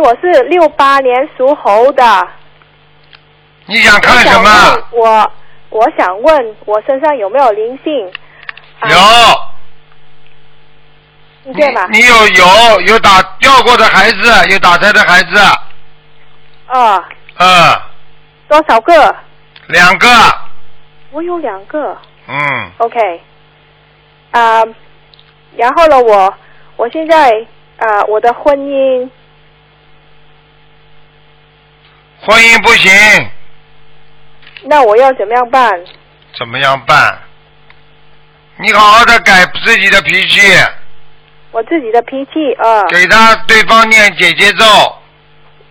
我是六八年属猴的。你想看什么？我想问我我想问我身上有没有灵性？啊有，对吧？你有有有打掉过的孩子，有打胎的孩子，啊，嗯，多少个？两个，我有两个。嗯， OK，啊、然后呢，我我现在啊、我的婚姻婚姻不行，那我要怎么样办？怎么样办？你好好的改自己的脾气，嗯我自己的脾气啊，给他对方念姐姐咒，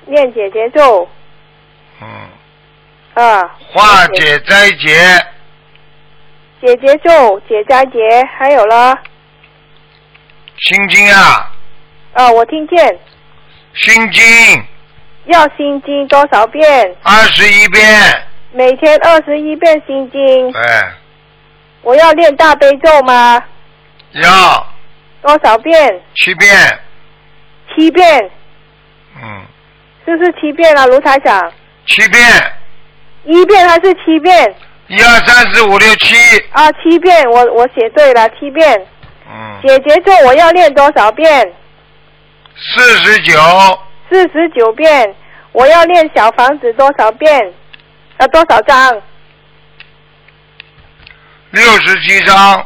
念姐姐咒嗯，啊，化解灾劫，姐姐咒、姐佳节，还有呢，心经啊，啊，我听见心经要心经多少遍？二十一遍，每天二十一遍心经。哎，我要念大悲咒吗？要多少遍？七遍，七遍，嗯，是不是七遍啊，卢台长？七遍，一遍还是七遍？一二三四五六七，啊，七遍，我我写对了，七遍。嗯，姐姐咒我要念多少遍？四十九，四十九遍。我要念小房子多少遍？啊，多少张？六十七章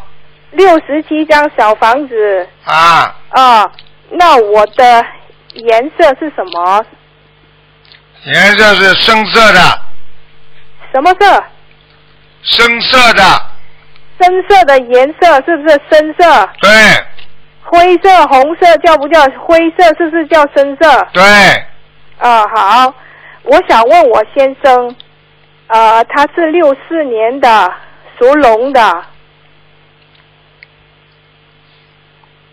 六十七张小房子。啊，啊，那我的颜色是什么？颜色是深色的，什么色？深色的，深色的颜色是不是深色？对灰色、红色叫不叫灰色？是不是叫深色？对，啊，好，我想问我先生，呃，他是六四年的，属龙的，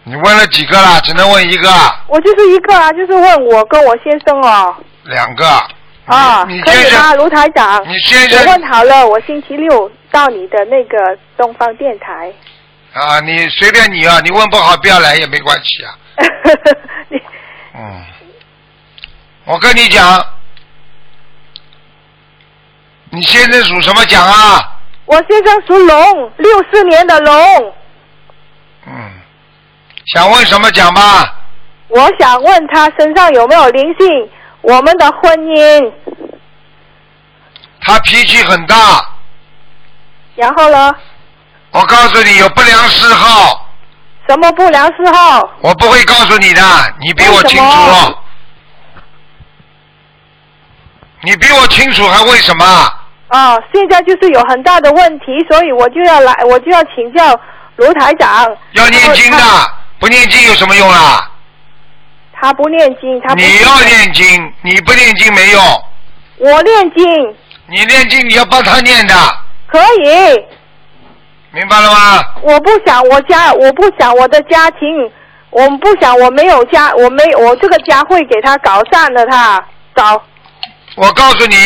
你问了几个了？只能问一个，我就是一个啊，就是问我跟我先生哦，两个。啊，你你可先以吗，生，卢台长？你先我生问好了，我星期六到你的那个东方电台。 啊，你随便你啊，你问不好不要来也没关系啊。你嗯，我跟你讲，你现在属什么奖啊？我先生属龙，六四年的龙，嗯，想问什么奖吧？我想问他身上有没有灵性？我们的婚姻，他脾气很大，然后呢，我告诉你有不良嗜好，什么不良嗜好？我不会告诉你的，你比我清为什楚哦么。你比我清楚还为什么？哦，现在就是有很大的问题，所以我就要来，我就要请教卢台长。要念经然后的，不念经有什么用啦？他，他不念经，他不你要，念经，你不念经没用。我念经你念经你要帮他念的，可以，明白了吗？我不想我家，我不想我的家庭，我不想我没有家，我没我这个家会给他搞散的他，搞我告诉你，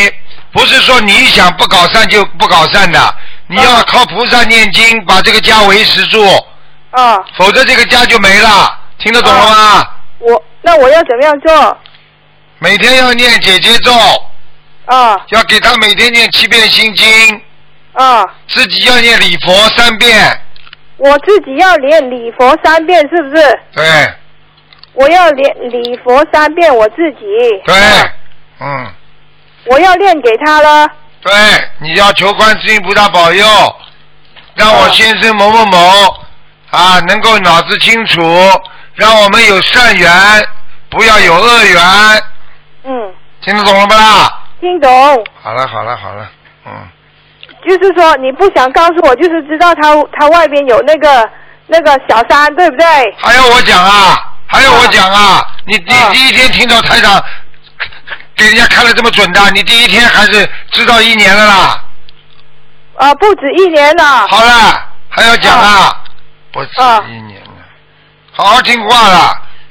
不是说你想不搞善就不搞善的，你要嗯靠菩萨念经把这个家维持住，啊、哦否则这个家就没了。听得懂了吗？我那我要怎么样做啊、每天要念姐姐咒，哦要给他每天念七遍心经，啊、自己要念礼佛三遍，我自己要念礼佛三遍，是不是？对我要念礼佛三遍，我自己。对啊，嗯，我要念给他了。对，你要求观世音菩萨保佑，让我嗯先生某某某啊能够脑子清楚，让我们有善缘，不要有恶缘，嗯，听得懂了吧啦？听懂。好了好了好了，嗯，就是说你不想告诉我，就是知道他他外边有那个那个小三，对不对？还要我讲啊？还要我讲啊？你第嗯第一天听到台长 给人家看的这么准的，嗯你第一天还是知道一年了啦？啊、不止一年了。好了，还要讲啊？不止嗯一年了，好好听话了，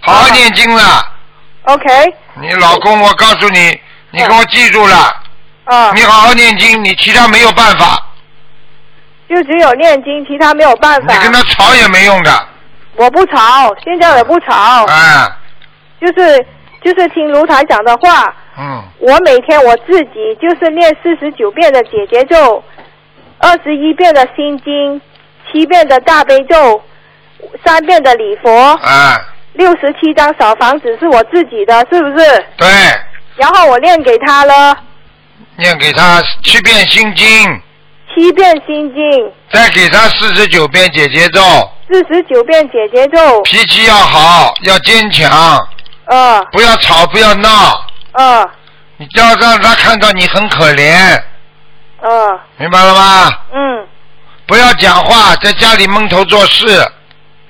好好嗯念经了。 OK，你老公，我告诉你，你嗯给我记住了，啊、你好好念经，你其他没有办法，就只有念经，其他没有办你法。跟他吵也没用嗯的，啊我不吵，现在我不吵，哎，就是就是听卢台长的话，嗯，我每天我自己就是念四十九遍的解结咒，二十一遍的心经，七遍的大悲咒，三遍的礼佛，哎，六十七张小房子是我自己的，是不是？对，然后我念给他了念给他七遍心经，七遍心经，再给他四十九遍姐姐咒，四十九遍解结咒，脾气要好，要坚强，呃不要吵，不要闹，呃你要让他看到你很可怜，呃，明白了吗？嗯不要讲话，在家里闷头做事，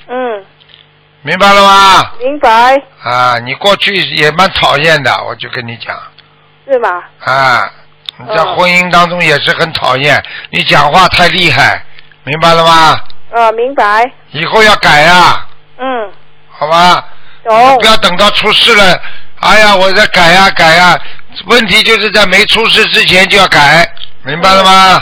嗯，明白了吗？明白啊，你过去也蛮讨厌的，我就跟你讲是吗？啊，你在嗯婚姻当中也是很讨厌，你讲话太厉害，明白了吗？呃，明白，以后要改啊，嗯，好吧？懂不，要等到出事了，哎呀，我在改呀、改呀、问题就是在没出事之前就要改，明白了吗？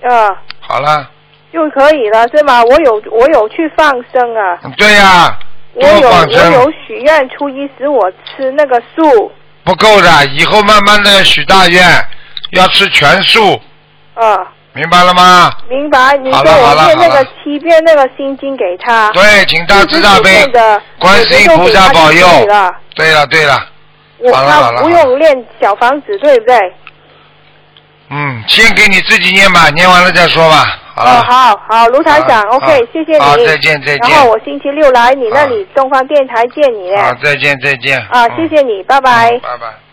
呃，好了，就可以了是吗？我有我有去放生啊，对呀、我有多放我有生许愿，初一十我吃那个素，不够的，以后慢慢的许大愿，要吃全素，呃，明白了吗？明白？你说好了好我了念那好个了七遍那个心经给他，对，请大慈大49悲遍的嗯观世音菩萨保佑我就给他就可以了。对了对了，我好了好他了不好了用练小房子，对不对？嗯，先给你自己念吧，念完了再说吧。好了，哦，好好，卢台长好，OK，谢谢你。好再见再见然后我星期六来你那里东方电台见你嘞。好，再见再见。啊，嗯谢谢你，拜拜。拜拜。